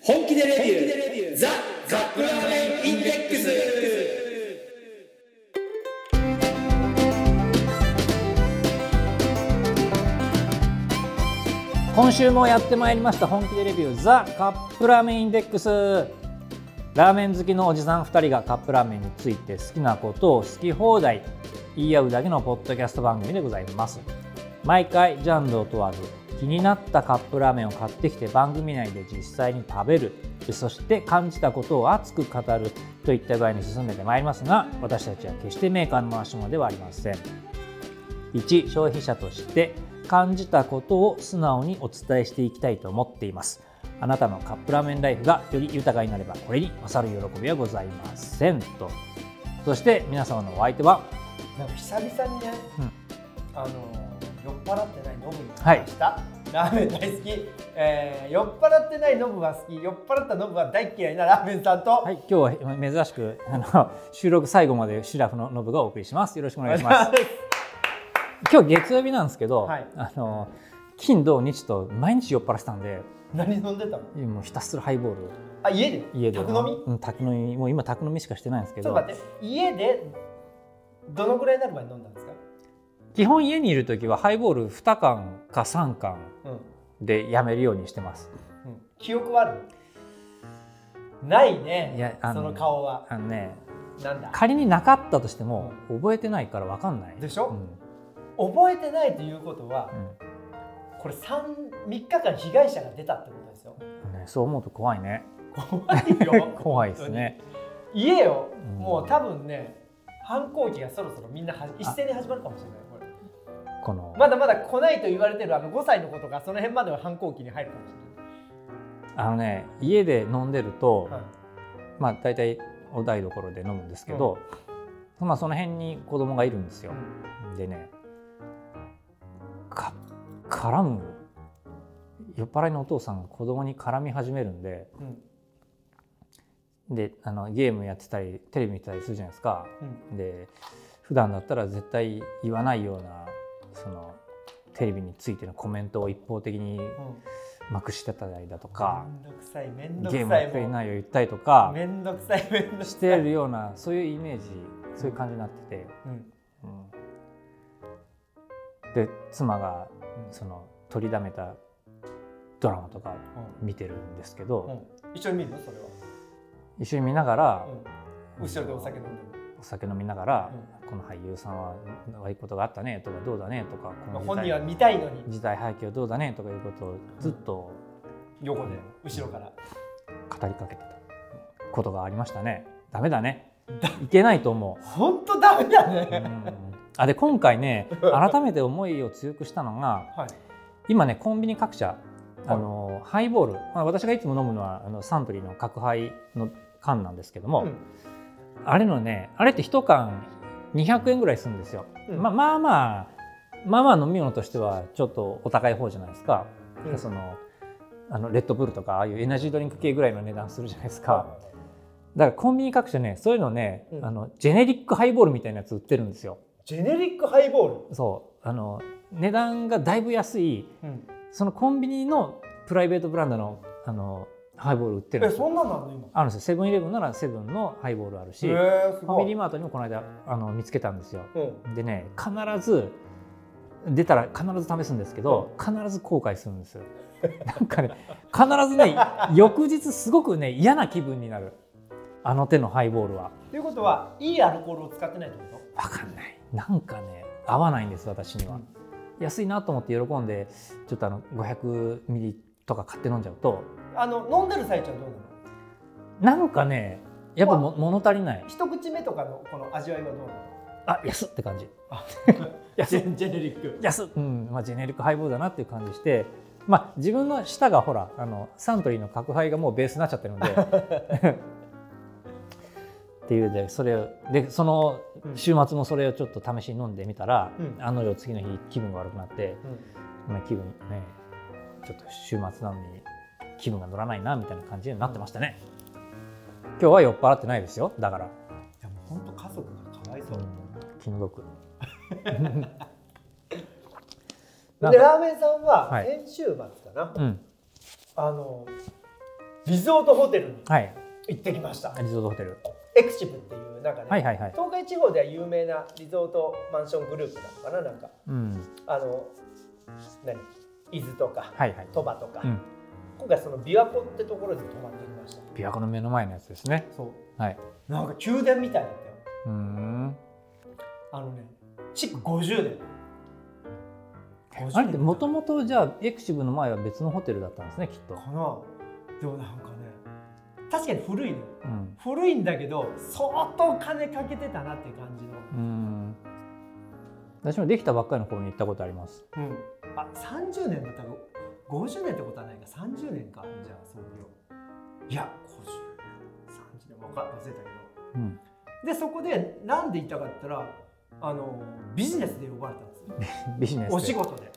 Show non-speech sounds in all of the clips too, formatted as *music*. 本気でレビューザ・カップラーメンインデックス今週もやってまいりました本気でレビューザ・カップラーメンインデックスラーメン好きのおじさん2人がカップラーメンについて好きなことを好き放題言い合うだけのポッドキャスト番組でございます毎回ジャンルを問わず気になったカップラーメンを買ってきて番組内で実際に食べるそして感じたことを熱く語るといった場合に進めてまいりますが私たちは決してメーカーの回し物ではありません1消費者として感じたことを素直にお伝えしていきたいと思っていますあなたのカップラーメンライフがより豊かになればこれに勝る喜びはございませんとそして皆様のお相手はなんか久々にね、うんあの酔っ払ってないノブにはい話した、ラーメン大好き、えー、酔っ払ってないノブは好き酔っ払ったノブは大嫌いなラーメンさんと、はい今日は珍しくあの収録最後までシラフのノブがお送りしますよろしくお願いします今日月曜日なんですけど、はいあの金土日と毎日酔っ払ってたんで何飲んでたのもうひたすらハイボールあ家で家で宅飲みちょうん宅飲みもう今宅飲みしかしてないんですけっどと待って家でどのくらいになる前に飲んだんですか、基本家にいる時はハイボール2缶か3缶 *laughs* うんうん、でやめるようにしてます記憶はあるないねいやあそのの顔はあのねなんだ仮になかったとしても覚えてないから分かんないでしょうん覚えてないということはこれ3三日間被害者が出たってことですようんね、そう思うと怖いね怖いよ *laughs* 怖いですね言えよ、うんもう多分ね反抗期がそろそろみんなは一斉に始まるかもしれないこれこの、まだまだ来ないと言われてるあの5歳の子とかその辺までは反抗期に入るかもしあのね家で飲んでると、れない、はいまあ大体お台所で飲むんですけど、まあその辺に子供がいるんですよ、でねか絡む酔っ払いのお父さんが子供に絡み始めるんでうんであのゲームやってたりテレビ見てたりするじゃないですかうんで普段だったら絶対言わないようなそのテレビについてのコメントを一方的にうんまくしてたりだとかめんどくさいめんどゲーくムさやっていいもないよ言ったりとかうめんどくさいめんどくさいしてるようなそういうイメージそういう感じになってて、うんうんで妻がうんその取りだめたドラマとかう見てるんですけんうど、ん一緒に見るのそれは、一緒に見ながら、うん、後ろでお酒飲んでる、お酒飲みながら、この俳優さんは悪いことがあったねとかどうだねとかまこのあ本時人は代見たいのに時代背景どうだねとかいうことをずっと横で後ろから語りかけてたことがありましたね。ダメだね。いけないと思 *laughs* う。本当ダメだうね、んあで今回ね改めて思いを強くしたのがはい今ねコンビニ各社あのハイボール、まあ、私がいつも飲むのはあのサントリーの角杯の缶なんですけども、うんあれのねあれって1缶200円ぐらいするんですよ、うんまあまあまあまあまあ飲み物としてはちょっとお高い方じゃないですか、うんそのあのレッドブルとかああいうエナジードリンク系ぐらいの値段するじゃないですか、だからコンビニ各社ねそういうのね、うんあのジェネリックハイボールみたいなやつ売ってるんですよジェネリックハイボールそうあの値段がだいぶ安いうん、そのコンビニのプライベートブランドのあのハイボール売ってるんえですそよんなのあんの今あるんですよセブンイレブンならセブンのハイボールあるし、えー、すファごミリいーマートにもこの間あの見つけたんですようんでね必ず出たら必ず試すんですけど必ず後悔するんですよ *laughs* なんかね必ずね翌日すごくね嫌な気分になるあの手のハイボールはということはいいアルコールを使ってないってこわかんないなんかね合わないんです私には、うん安いなと思って喜んでちょっとあの500ミリとか買って飲んじゃうととあの飲んでる最中はどうなのなんかねやっぱも物足りない一口目とかのこの味わいはどう *laughs* あ安っって感じなの安っジェネリック安っうんまあ、ジェネリックハイボールだなっていう感じして、まあ、自分の舌がほらあのサントリーの角杯がもうベースになっちゃってるん *laughs* でっていうでそれをでそのうん週末もそれをちょっと試しに飲んでみたら、うんあの量次の日気分が悪くなって、うんまあ、気分ねちょっと週末なのに気分が乗らないなみたいな感じになってましたね今日は酔っ払ってないですよだから、いやもう本当家族がかわいそうう、ん、気の毒でラーメンさんははい先週末かな、うんあのリゾートホテルにはい行ってきましたリゾートホテルエクシブっていうなんかね、はいはいはい東海地方では有名なリゾートマンショングループなのかななんかうんあの何伊豆とかはいはい鳥羽とか、うん今回その琵琶湖ってところで泊まってきました琵琶湖の目の前のやつですねそはいうなんか宮殿みたいだったようーんあのね築50年50あれってもともとじゃあエクシブの前は別のホテルだったんですねきっとか、なでもなんかね確かに古いのようん、古いんだけど相当金かけてたなっていう感じの、うん私もできたばっかりの頃に行ったことありますうん、あ30年だったら50年ってことはないか30年かじゃあ創業いや5030年分か忘れたけどうんでそこでなんで行ったかって言ったらあのビジネスで呼ばれたんですよビジネスでお仕事で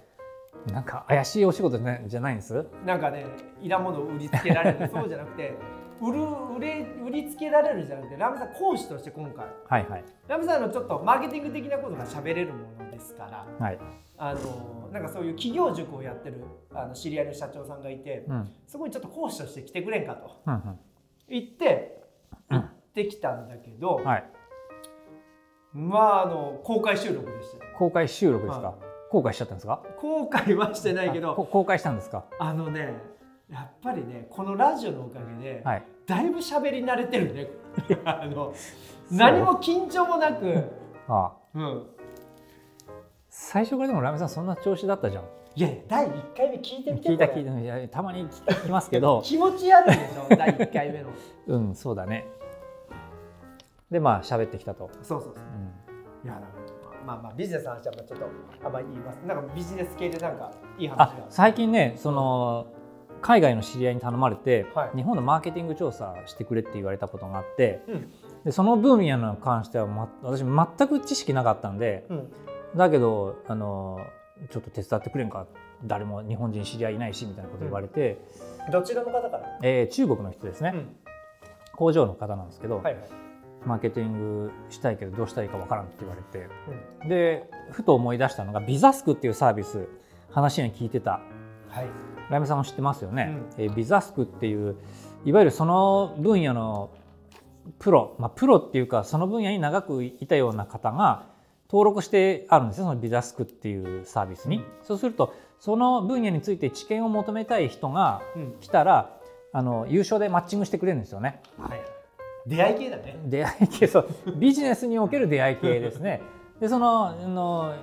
なんか怪しいお仕事じゃないじゃないんですなんかねいらものを売りつけられるそうじゃなくて売る売れ売りつけられるじゃなくてラムさん講師として今回はいはいラムさんあのちょっとマーケティング的なことが喋れるものですからはいあのなんかそういう企業塾をやってるあの知り合いの社長さんがいてうんそこにちょっと講師として来てくれんかとうん言ってうん行ってきたんだけど、うんはいまああの公開収録でしたよ公開収録ですか、は公開しちゃったんですか後悔はしてないけあこど公開したんですかあのねやっぱりねこのラジオのおかげで、はいだいぶ喋り慣れてる *laughs* ねあの何も緊張もなく、ああうん、最初からでもラメさんそんな調子だったじゃんいやいや第1回目聞いてみて聞いたこれ聞いたいやたまに聞聞きますけど気持ちあるでしょ第1回目のうんそうだねでまあ喋ってきたと、そうそうそううん、いやなんかまあまあビジネスの話はまあちょっとあんまり言いますなんかビジネス系でなんかいい話があ最近ねその海外の知り合いに頼まれて、はい日本のマーケティング調査してくれって言われたことがあって、うんでその分野に関しては、ま、私全く知識なかったんでうんだけどあのちょっと手伝ってくれんか誰も日本人知り合いいないしみたいなこと言われて、どちらの方から、えー中国の人ですね、うん工場の方なんですけど、はいはいマーケティングしたいけどどうしたらいいかわからんって言われて、でふと思い出したのがビザスクっていうサービス話に聞いてたはいライムさんも知ってますよね、えービザスクっていういわゆるその分野のプロ、まあ、プロっていうかその分野に長くいたような方が登録してあるんですよそのビザスクっていうサービスに、そうするとその分野について知見を求めたい人がうん来たらあの優勝でマッチングしてくれるんですよねはい出会い系だね出会い系そうビジネスにおける出会い系ですねでそのあの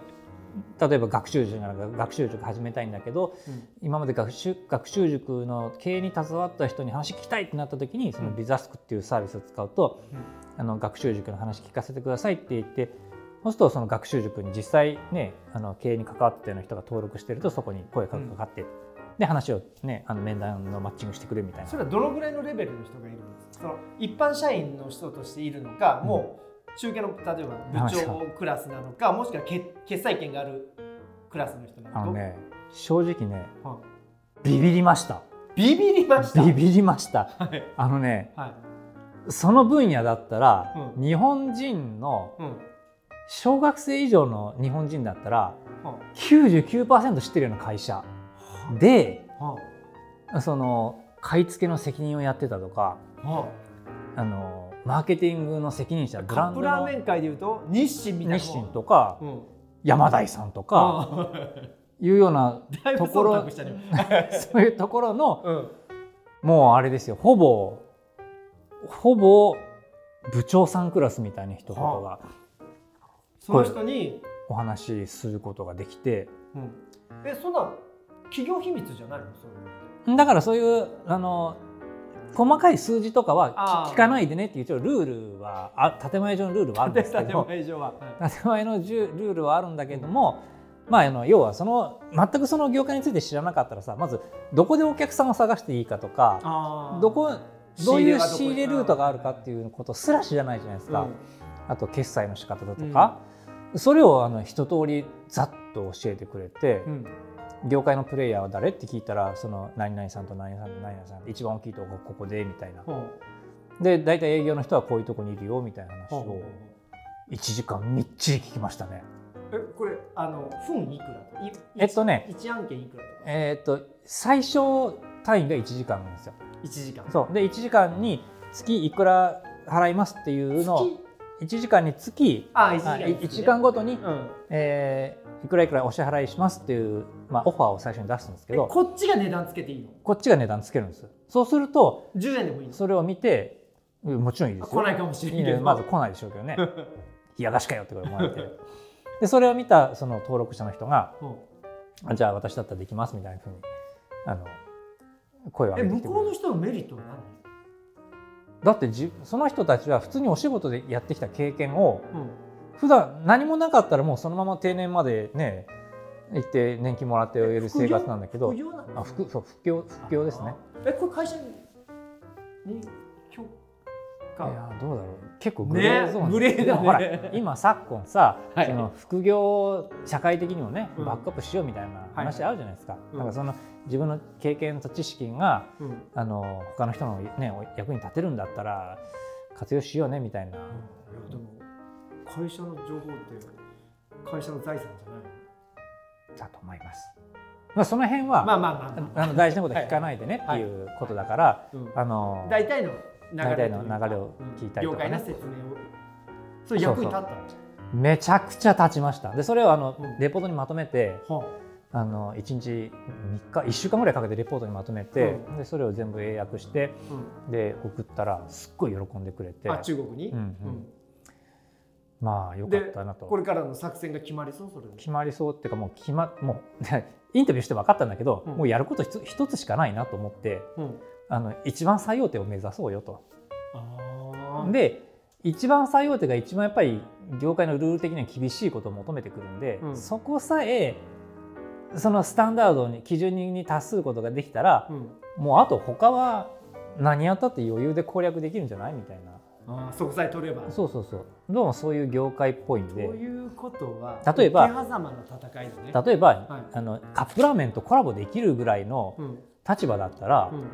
例えば学習塾なら学習塾始めたいんだけど今まで学習学習塾の経営に携わった人に話聞きたいってなった時にそのうんビザスクっていうサービスを使うと、うんあの学習塾の話聞かせてくださいって言ってそうするとその学習塾に実際ねあの経営に関わってたような人が登録してるとそこに声がかかって、で話をねあの面談のマッチングしてくれみたいなそれはどのぐらいのレベルの人がいるんですかその一般社員の人としているのか、うんもう中堅の例えば部長クラスなのかもしくは決決裁権があるクラスの人なのあか、のね正直ねはビビりました。いビビりましたビビりましたはい、あのねはいその分野だったら、う日本人のうん小学生以上の日本人だったらは99%知ってるような会社であはその買い付けの責任をやってたとかあはあのマーケティングの責任者あブカラッンプドラーのメン界でいうと日清みたいな日清とかうん山大さんとかあいうようなだいぶところ忖度したねそういうところのうんもうあれですよほぼほぼ部長さんクラスみたいな人とかがその人に、お話しすることができて。うん、えそんな企業秘密じゃないのそういうのだからそういうあの細かい数字とかあはー聞かないでねっていう一応ルールはあ建前上のルールはあるんですけ *laughs* 建ど前上は、はい建前のじゅルールはあるんだけども、まあ、あの要はその全くその業界について知らなかったらさまずどこでお客さんを探していいかとかあーどこどういう仕仕入入れれルはどこートがあるかっていうことすら知らないじゃないですか、うんあと決済の仕方だとか、それをあの一通りざっと教えてくれて。うん業界のプレイヤーは誰って聞いたらその何々さんと何々さんと何々さんって一番大きいとこここでみたいなほうで大体営業の人はこういうとこにいるよみたいな話ほうほうほをう1時間みっちり聞きましたねえこれあの分いくらといえっとね一案件いくらとかえーっと最初単位が1時間なんですよ一時間。そうで1時間に月いくら払いますっていうのを月1時間につきあ、一時間ですね。 1時間ごとに、うん。えーいくらいくらお支払いしますっていう、まあ、オファーを最初に出すんですけえどこっちが値段つけていいのこっちが値段つけるんですそうすると ?10 円でもいいのそれを見てうんもちろんいいです来よないかもしれいないいけねど。まず来ないでしょうけどね *laughs* 冷やがしかよって思われてでそれを見たその登録者の人がうんあじゃあ私だったらできますみたいなふうにあの声を上え、げて向きてくこれうのる人のメリットはだってじその人たちは普通にお仕事でやってきた経験を何うん。普段何もなかったらもうそのまま定年までね行って年金もらっている生活なんだけど副業なのあ副そう副業副業ですね。え、これ会社に許い可やどうだろう結構グレーゾーン、ねグレーだねでもほら今昨今さ、 *laughs* はいその副業を社会的にもねうんバックアップしようみたいな話あるじゃないですか、うだんからその自分の経験と知識がうん。あの他の人の、ね、お役に立てるんだったら活用しようねみたいな、いやでも会社の情報って会社の財産じゃないのだと思います、まあ、その辺は、まあまあまあ、まああの大事なことは聞かないでねってはいいうことだから、うんあの大体の流れ大体のというか流れを聞いたりとかねうん了解な説明をそれ役に立ったのめちゃくちゃ経ちましたでそれをあの、うんレポートにまとめてあの1日3日1週間ぐらいかけてレポートにまとめて、でそれを全部英訳してうで送ったらすっごい喜んでくれてんあ中国に、うんうんまあよかでったなとこれからの作戦が決まりそうそれで決まりそうっていうかもう決まもう *laughs* インタビューして分かったんだけど、うんもうやることひつ一つしかないなと思ってうんあの一番最大手を目指そうよと。あーで一番最大手が一番やっぱり業界のルール的には厳しいことを求めてくるんで、うんそこさえそのスタンダードに基準に達することができたらう、ん、もうあと他は何やったって余裕で攻略できるんじゃないみたいなあーそこさえ取ればそうそうそうどうもそういう業界っぽいんとでいうことは例えば桶狭間の戦いだね例えば、はいあのカップラーメンとコラボできるぐらいのうん立場だったらう、ん、い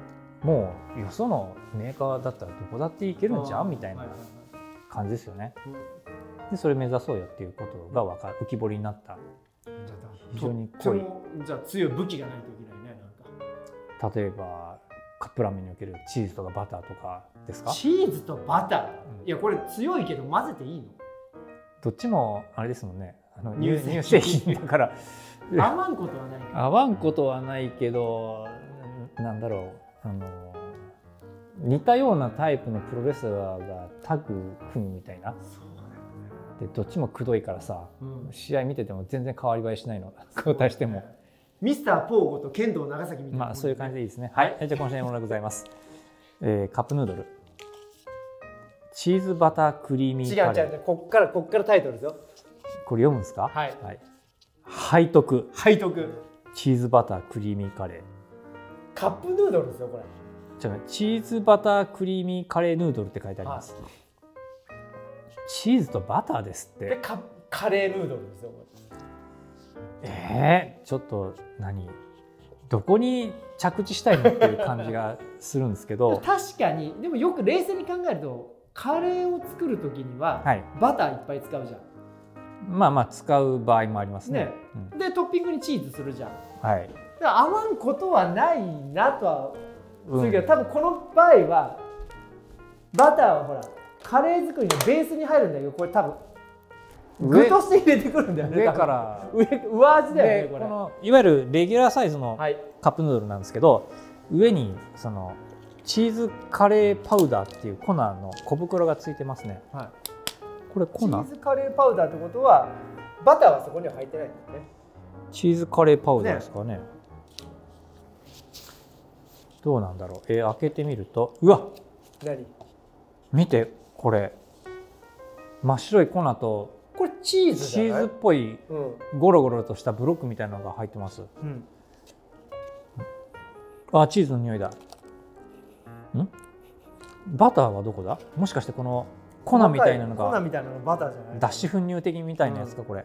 もうよそのメーカーだったらどこだっていけけるんじゃんみたいな感じですよね。でそれ目指そうよっていうことがわか浮き彫りになった非常に濃いじゃあ強い武器がないといけないねなん例えばカップラーメンにおけるチーズとかバターとかですかかチーズとバター、うんいやこれ強いけど混ぜていいどっちもあれですもんねあの乳乳製品乳製品だからの余ることはないか合わんことはないけどうんなんだろうあの似たようなタイプのプロレスラーがタッグ組むみたいなそうだよね、でどっちもくどいからさうん、試合見てても全然変わり映えしないの交代してもミスターポーゴと剣道長崎みたいなまあそういう感じでいいですね。はい、じゃあ今週のものでございます、えーカップヌードル、チーズバタークリーミー違うカレ違うー。違うこっからこっからタイトルですよこれ読むんですか？はいはい。背徳背徳チーズバタークリーミーカレー。カップヌードルですよこれじゃあチーズバタークリーミーカレーヌードルって書いてあります。チーズとバターですっでて。カカレーヌードルですよこれえー、ちょっと何？どこに着地したいのっていう感じがするんですけ *laughs* ど。確かにでもよく冷静に考えるとカレーを作る時には、はい。バターいっぱい使うじゃんまあまあ使う場合もありますね。ねうん、でトッピングにチーズするじゃんはい。だから余ることはないなとはうんするけど、多分この場合はバターはほらカレー作りのベースに入るんだけどこれ多分具として入れてくるんだよね上多分から上上味だでよねここれのいわゆるレギュラーサイズのはいカップヌードルなんですけど上にそのチーズカレーパウダーっていう粉の小袋がついてますねはこれい、チ粉チーーズカレーパウダーってことはバターはそこには入ってないんだよねズカレーパウダーですかねどうなんだろうえー開けてみるとうわ何見てこれ真っ白い粉とこれチーズじチゃないーズっぽいうんゴロゴロとしたブロックみたいなのが入ってますうん、あチーズの匂いだんバターはどこだもしかしてこの粉みたいなの粉がみたいなのバターじゃない脱脂粉乳的みたいなやつかこれ、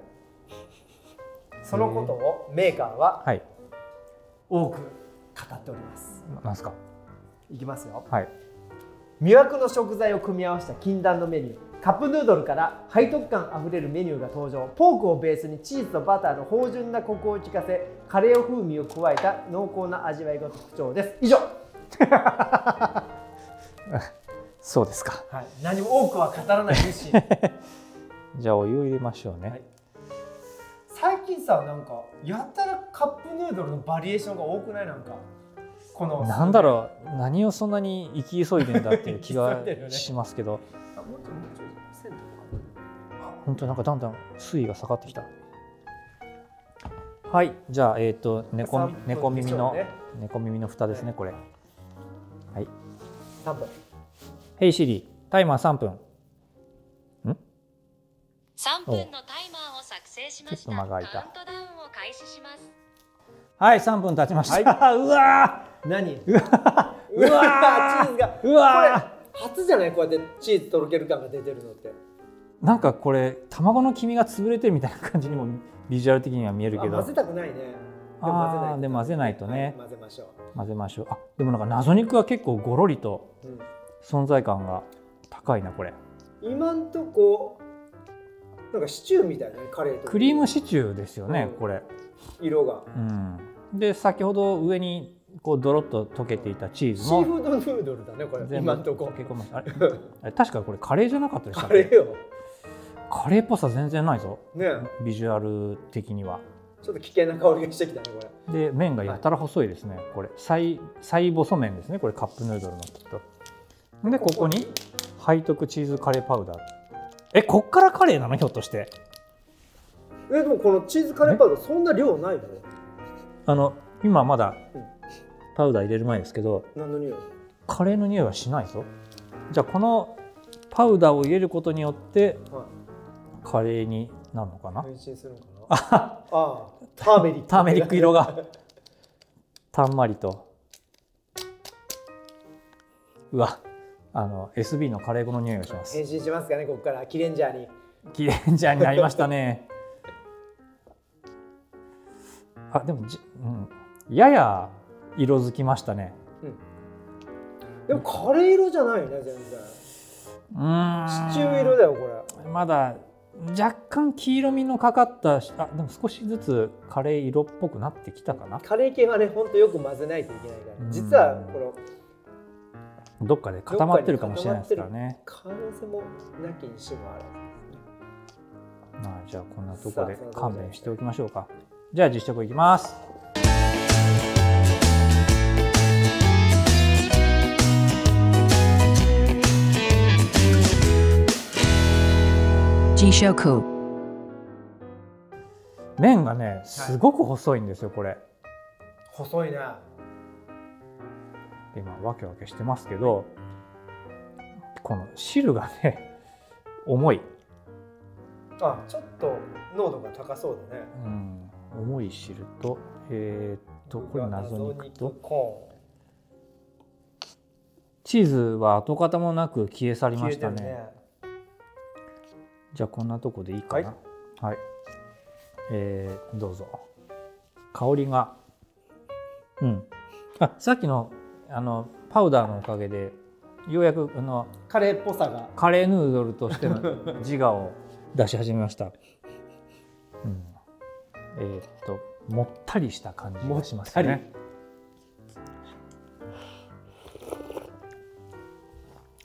そのことをメーカーははい多く語っておりますなんすかいきますよはい魅惑の食材を組み合わせた禁断のメニューカップヌードルから背徳感あふれるメニューが登場ポークをベースにチーズとバターの芳醇なコクを効かせカレー風味を加えた濃厚な味わいが特徴です以上、そうですかはい、何も多くは語らないですし *laughs* じゃあお湯を入れましょうね、はい最近さなんかやたらカップヌードルのバリエーションが多くないなんかこのなんだろう何をそんなに生き *laughs* 急いでんだっていう気生き急がいでるよねしますけど、あもうちょいもうちょい線とか本当なんかだんだん水位が下がってきたはいじゃあえっ、と猫三分猫耳でしょのうね猫耳の蓋ですねこれ3分「ヘイシリタイマー3分3分のタイマーを作成しました。ちょっと間が空いたカウントダウンを開始します。」はい3分経ちました、 *laughs* うわ *laughs* 何ーうわーチーズがうわ初じゃないこうやってチーズとろける感が出てるのってーなんかこれ卵の黄身が潰れてるみたいな感じにもビジュアル的には見えるけあど混ぜたくないねでも混ぜないあーでも混ぜないとねはい混ぜましょ混ぜましょうあでもなんか謎肉は結構ゴロリとう、うん存在感が高いなこれ今んとこなんかシチューみたいなねカレーとクリームシチューですよね、うんこれ、色がうん、で先ほど上にこうドロッと溶けていたチーシズーもフードヌードルだねこれ全部今んとこ溶け込ましたあれあれ確かこれカレーじゃなかったでしたカっレーけよカレーっぽさ全然ないぞねビジュアル的にはちょっと危険な香りがしてきたねこれで麺がやたら細いですね、これ細細細麺ですねこれカップヌードルのきっとでここに背徳チーズカレーパウダーえこっからカレーなのひょっとしてえでもこのチーズカレーパウダーそんな量ないのあの今まだうんパウダー入れる前ですけど何の匂いカレーの匂いはしないぞじゃあこのパウダーを入れることによってはカレーになるのかな、変身するのかなああターメリックターメリック色 *laughs* がたんまりとうわあの SB のカレー粉の匂いがしま変す身しますかねここからキレンジャーにキレンジャーになりましたねあでもじ、うん、やや色づきましたねでもカレー色じゃないよね全然うーんシチュー色だよこれまだ若干黄色みのかかったしあでも少しずつカレー色っぽくなってきたかなカレー系はねほんとよく混ぜないといけないかうらん実はこのどっかで固まってるかもしれないですからね、可能性もなきにしもあらまあ、じゃあこんなとこでさあ勘弁しておきましょうかじゃあ実食いきますジショク麺がねすごく細いんですよこれ細いねで今わけわけしてますけどこの汁がね重い、あちょっと濃度が高そうだねうん、重い汁とえーっとこれ謎肉とコチーズは跡形もなく消え去りーンま消えしてたるねねじゃあこんなとこでいいかなはい、えーどうぞ香りがうんあさっきのあのパウダーのおかげでようやくあのカレーっぽさがカレーヌードルとしての自我を出し始めま *laughs* した、うん、えーっともったりした感じがしますもったね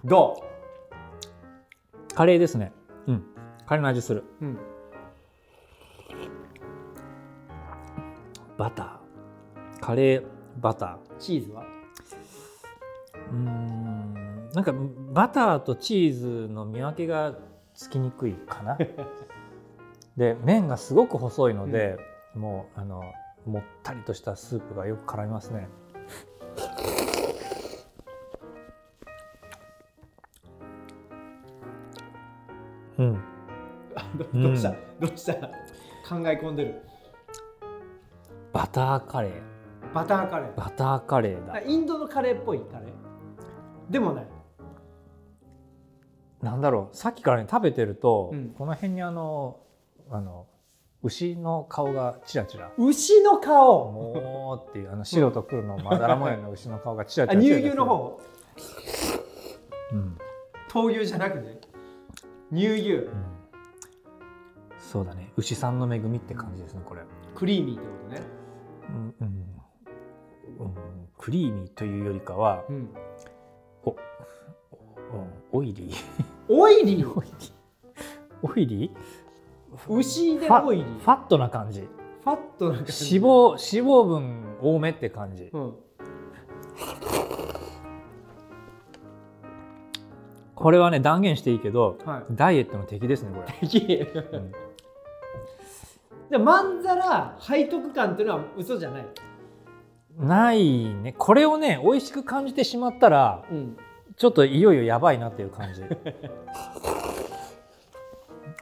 どカレーですねうんカレーの味するう、うん、バターカレーバターチーズはうーんなんかバターとチーズの見分けがつきにくいか *laughs* な。で麺がすごく細いので、もうあのもったりとしたスープがよく絡みますね。うん、うんどうした、どうした考え込んでるバターカレーバターカレーバターカレーあだインドのカレーっぽいカレーでもないなんだろうさっきからね食べてると、うんこの辺にあのあの牛の顔がチラチラ牛の顔もうっていうあの白と黒のまだら模様の牛の顔がチラあチラ乳チラチラ牛の方闘牛じゃなくね乳牛そうだね牛さんの恵みって感じですねこれ、クリーミーってことねうんうんうん、クリーミーというよりかは、うんうん、オイリーオイリーオイリー牛でファオイリーフファットな感じァットなんか脂肪脂肪分多めって感じうんこれはね断言していいけどはダイエットの敵ですねこいいえれ、うんでまんざら背徳感っていうのは嘘じゃないないねこれをね美味しく感じてしまったらうんちょっといよいよやばいなっていう *laughs* 感じ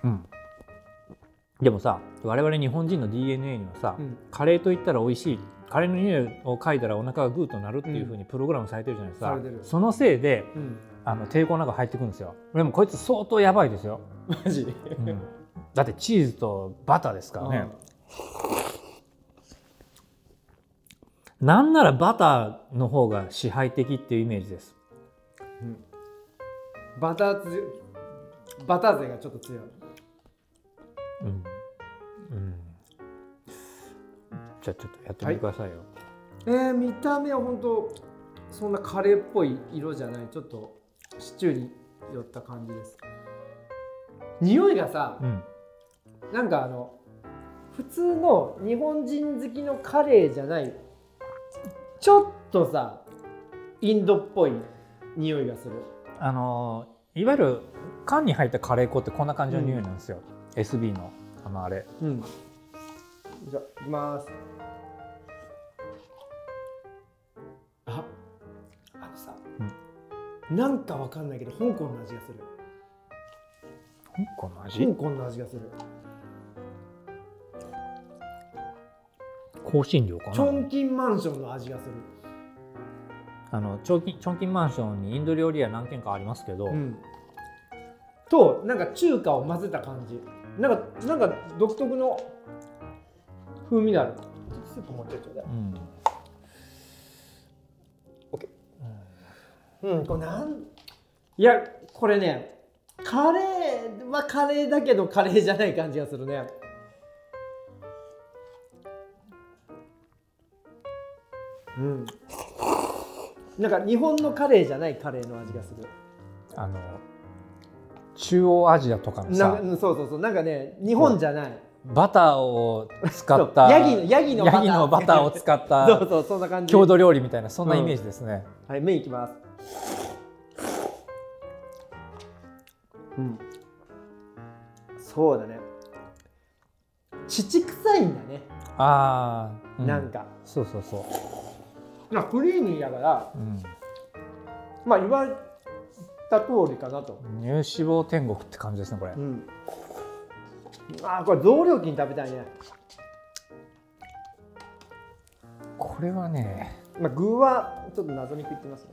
うんでもさ我々日本人の DNA にはさ、うんカレーと言ったら美味しいカレーの匂いを嗅いだらお腹がグーとなるっていうふうにプログラムされてるじゃないですか、されてるそのせいでうんあの抵抗なんか入ってくるんですよでもこいつ相当やばいですよ、マジうんだってチーズとバターですからね、なんならバターの方が支配的っていうイメージですうんバターつバター勢がちょっと強いうんうんじゃあちょっとやってみてくださいよ、えー、見た目は本当そんなカレーっぽい色じゃないちょっとシチューに寄った感じです匂いがさうんなんかあの普通の日本人好きのカレーじゃないちょっとさインドっぽい匂いがするあのーいわゆる缶に入ったカレー粉ってこんな感じの匂いなんですよ、SB のあのあれうんじゃあいきますああのさ、なんかわかんないけど香港の味がする香港の味、香港の味がする香辛料かチなョンキンマンションの味がする、あのチョンキンチョンキンマンションにインド料理屋何軒かありますけど、うんとなんか中華を混ぜた感じなんかなんか独特の風味があるちょっとスープ持ってっちゃうだいうんうんこれなんいやこれねカレーはカレーだけどカレーじゃない感じがするねうんなんか日本のカレーじゃないカレーの味がするあの中央アジアとかのなんかさうんそうそうそうなんかね日本じゃないバターを使 *laughs* ったそうヤギのヤギのバターヤギのバターを使っ *laughs* そたうそうそんな感じ郷土料理みたいなそんなイメージですね、はい麺いきますうんそうだね乳臭いんだね、ああ、うなんかそうそうそまあクリーミーだからう、うん、まあ言われた通りかなと乳脂肪天国って感じですねこれ、うんあーこれ増量菌食べたいね、これはねまあ、具はちょっと謎肉いってますね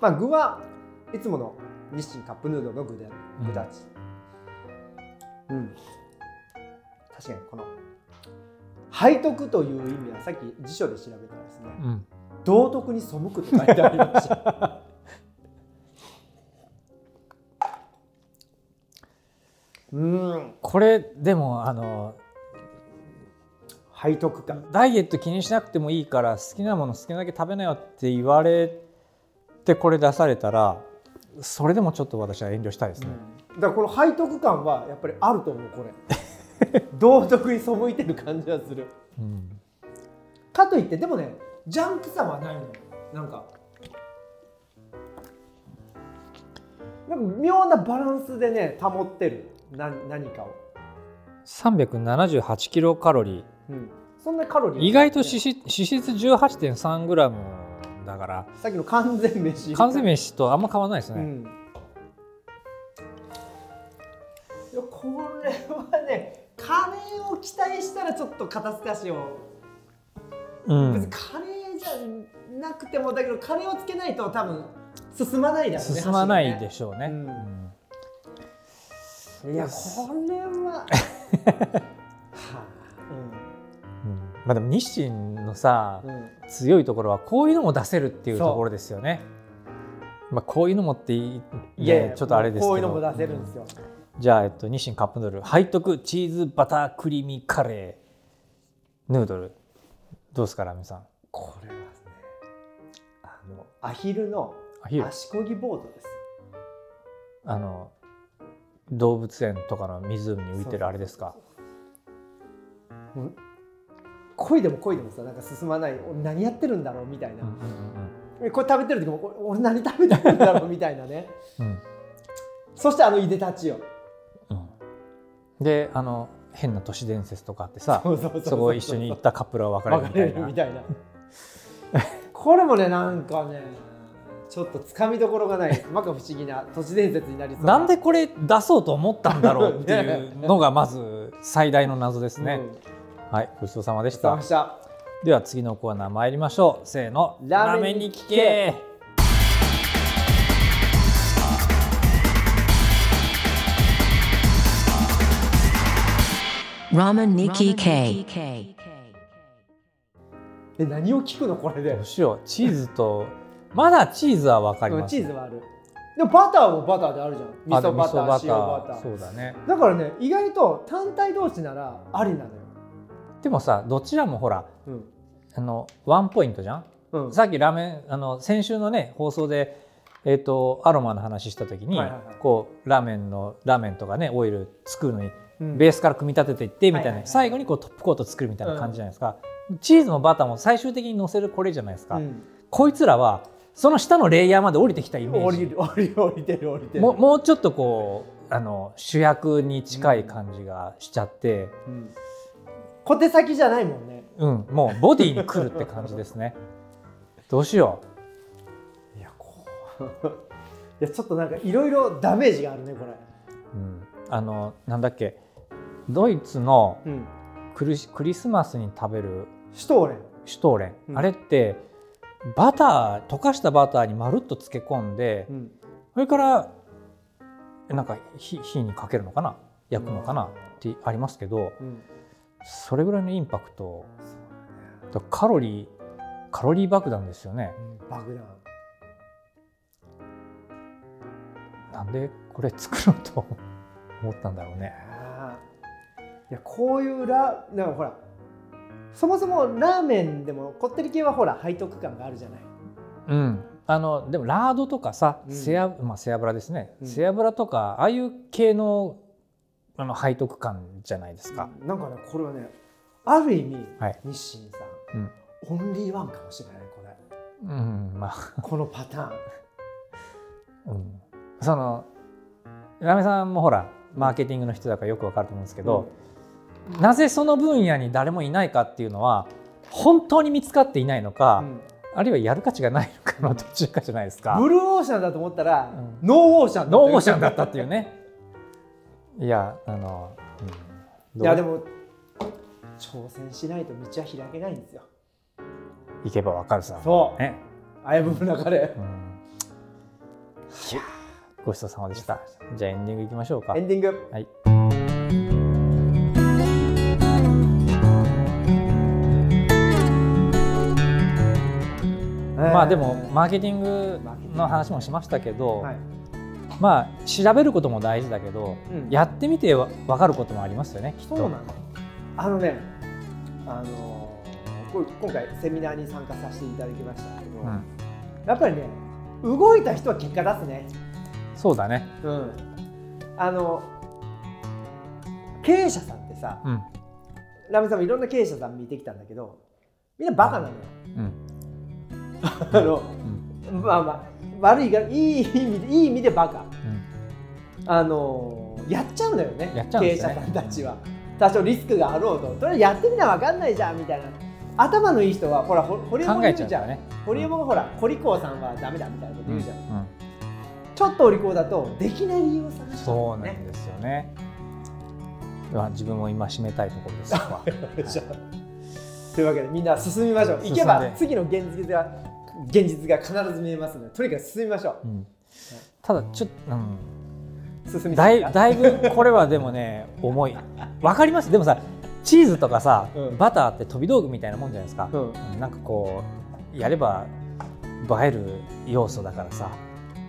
まあ具はいつもの日清カップヌードルの具でうん具だちうん、確かにこの背徳という意味はさっき辞書で調べたらですね、うん道徳に背くと書いてありました *laughs* うんこれでもあの背徳感ダイエット気にしなくてもいいから好きなもの好きなだけ食べなよって言われてこれ出されたらそれでもちょっと私は遠慮したいですね、だからこの背徳感はやっぱりあると思うこ *laughs* れ道徳に背いてる感じはするうんかといってでもねジャンクさはないのよなんかなんか妙なバランスでね保ってるな何かを、 378キロカロリうん、そんなカロリーーはない意外と脂質脂質 18.3g だからさっきの完全飯完全飯とあんま変わらないですうね、んいやこれはねカレーを期待したらちょっと肩透かしをうん別にカレーじゃなくてもだけどカレーをつけないと多分進まないだろうね進まない箸がねでしょうね、うんうんいやこ *laughs* れは、はあうんまあ、でも日清のさ、うんうん、強いところはこういうのも出せるっていうところですよね。まあ、こういうのもっていいいやいねやちょっとあれですけどこういうのも出せるんですよ。じゃあ、えっと、日清カップヌードル背徳チーズバタークリーミーカレーヌードルどうですかラミさんこれはね、あのアヒルのアヒル足こぎボートです。あの動物園とかの湖に浮いてるあれですか漕いでも漕いでもさなんか進まない俺何やってるんだろうみたいな、うんうんえこれ食べてる時もこれ俺何食べてるんだろうみたいなねうんそしてあのいでたちようんうんであの変な都市伝説とかあってさそうそうそうそうそこ一緒に行ったカップルは別れるみ別たれいるなみたいなこれもねなんかねちょっとつかみどころがないまか不思議な都市伝説になりそうなんでこれ出そうと思ったんだろうっていうのがまず最大の謎ですね。うんはい、ごちそうさまでしさたあ。したでは次のコーナー参りましょう。せーの、ララーーメメンンにに聞聞けけ。 Ramen Nikki K. え何を聞くのこれでどうしよう、チーズとまだチーズはわかりうんます。チーズはあるでもバターもバターであるじゃんあで味噌もバター味塩バターそうだね。だからね意外と単体同士ならありなのよ、でもさ、どちらもほらうんあのワンポイントじゃん。うん、さっきラーメンあの先週のね放送で。えー、とアロマの話した時に、はいはいはいこうラーメンのラーメンとかねオイル作るのにうんベースから組み立てていってみたいな、はいはいはい最後にこうトップコート作るみたいな感じじゃないですか、チーズもバターも最終的に乗せるこれじゃないですか、うんこいつらはその下のレイヤーまで降りてきたイメ降ーりジる *laughs* 降りる降りてる降りてるもうもうちょっとこうあの主役に近い感じがしちゃって、うん小手先じゃないもんねうんもうボディに来るって感じですね *laughs* どうしよいやこういやちょっとなんかいろいろダメージがあるねこれう、うん、あのなんだっけドイツのうんクリスクリスマスに食べるシュトーレンシュトーレン、うんあれってバター溶かしたバターにまるっと漬け込んで、うんそれからなんか火火にかけるのかな焼くのかな、ってありますけどうんそれぐらいのインパクトだからカロリーカロリー爆弾ですよね爆弾なんでこれ作ろうと *laughs* 思ったんだろうねあーいやこういうラなんかほらそもそもラーメンでもこってり系はほら背徳感があるじゃないうんあのでもラードとかさ、うん背脂まあ、背脂ですね、うん背脂とかああいう系のあの背徳感じゃないですか、なんかねこれはねある意味、はい日清さうんん、オンリーワンかもしれないこ *laughs* れうんまあこのパターンうんそのラメさんもほらマーケティングの人だからよくわかると思うんですけど、なぜその分野に誰もいないかっていうのは本当に見つかっていないのか、うんあるいはやる価値がないのかのど *laughs* っちかじゃないですかブルーオーシャンだと思ったら、うノーオーシャンノーオーシャンだったたっていうねいやあの、うんいやでども挑戦しないと道は開けないんですよう行けばわかるさそうね、危ぶむ中でうんごちそうさまでしたじゃあエンディングいきましょうかエンディングはい。まあでもマーケティングの話もしましたけど、はいまあ調べることも大事だけど、うんやってみてわ分かることもありますよねきっとそうなのあのねあのーこ今回セミナーに参加させていただきましたけど、うんやっぱりね動いた人は結果出すねそうだねうんあの経営者さんってさうんラムさんもいろんな経営者さん見てきたんだけどみんなバカなのようんあの、まあまあ悪いがいい意味でいい意味でバカあのやっちゃうのよねやっちゃうんで経営すよ者ねさんたちは多少リスクがあろうとそれやってみな分かんないじゃんみたいな頭のいい人はほらほ堀江も考え言うちじゃゃうんんだね堀江もほら堀江さんはダメだみたいなことうんう言うんじゃん、ちょっとお利口だとできない理由を探しちゃうそのうなねんですよねまあ自分も今締めたいところですわじゃあというわけでみんな進みましょう行けば進んで次の現実が現実が必ず見えますのでとにかく進みましょううんただちょっと、うん進みだたいいだいぶこれはでもね重いわかりますでもさチーズとかさ、うんバターって飛び道具みたいなもんじゃないですか、うんなんかこうやれば映える要素だからさ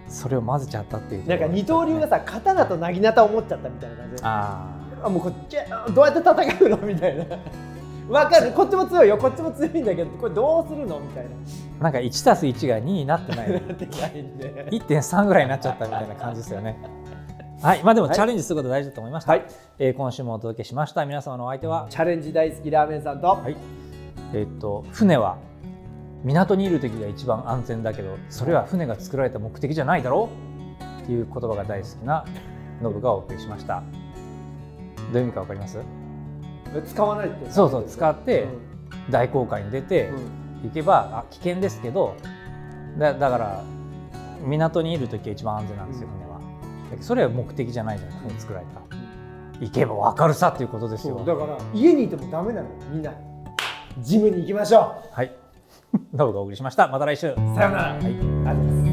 それを混ぜちゃったっていうとこなろんか二刀流がさ刀となぎなたを持っちゃったみたいな感じああもうこっちどうやって戦うのみたいな *laughs* わかるこっちも強いよこっちも強いんだけどこれどうするのみたいなーなんか1たす1が2になってないなってないんで1.3ぐらいになっちゃったみたいな感じですよねはいまあでもはいチャレンジすること大事だと思いました、はいえー今週もお届けしました皆様のお相手はチャレンジ大好きラーメンさんとはいえーっと船は港にいる時が一番安全だけどそれは船が作られた目的じゃないだろうっていう言葉が大好きなノブがお送りしましたどういう意味かわかります使わないってそうそう使ってうん大航海に出てうん行けばあ危険ですけどだだから港にいる時が一番安全なんですようん船はだけどそれは目的じゃないじゃない船作られた行けば分かるさっていうことですそうよだから家にいてもダメなのみんなジムに行きましょ *laughs* はいノブがお送りしましたまた来週うさよなら、はい、ありがとうございます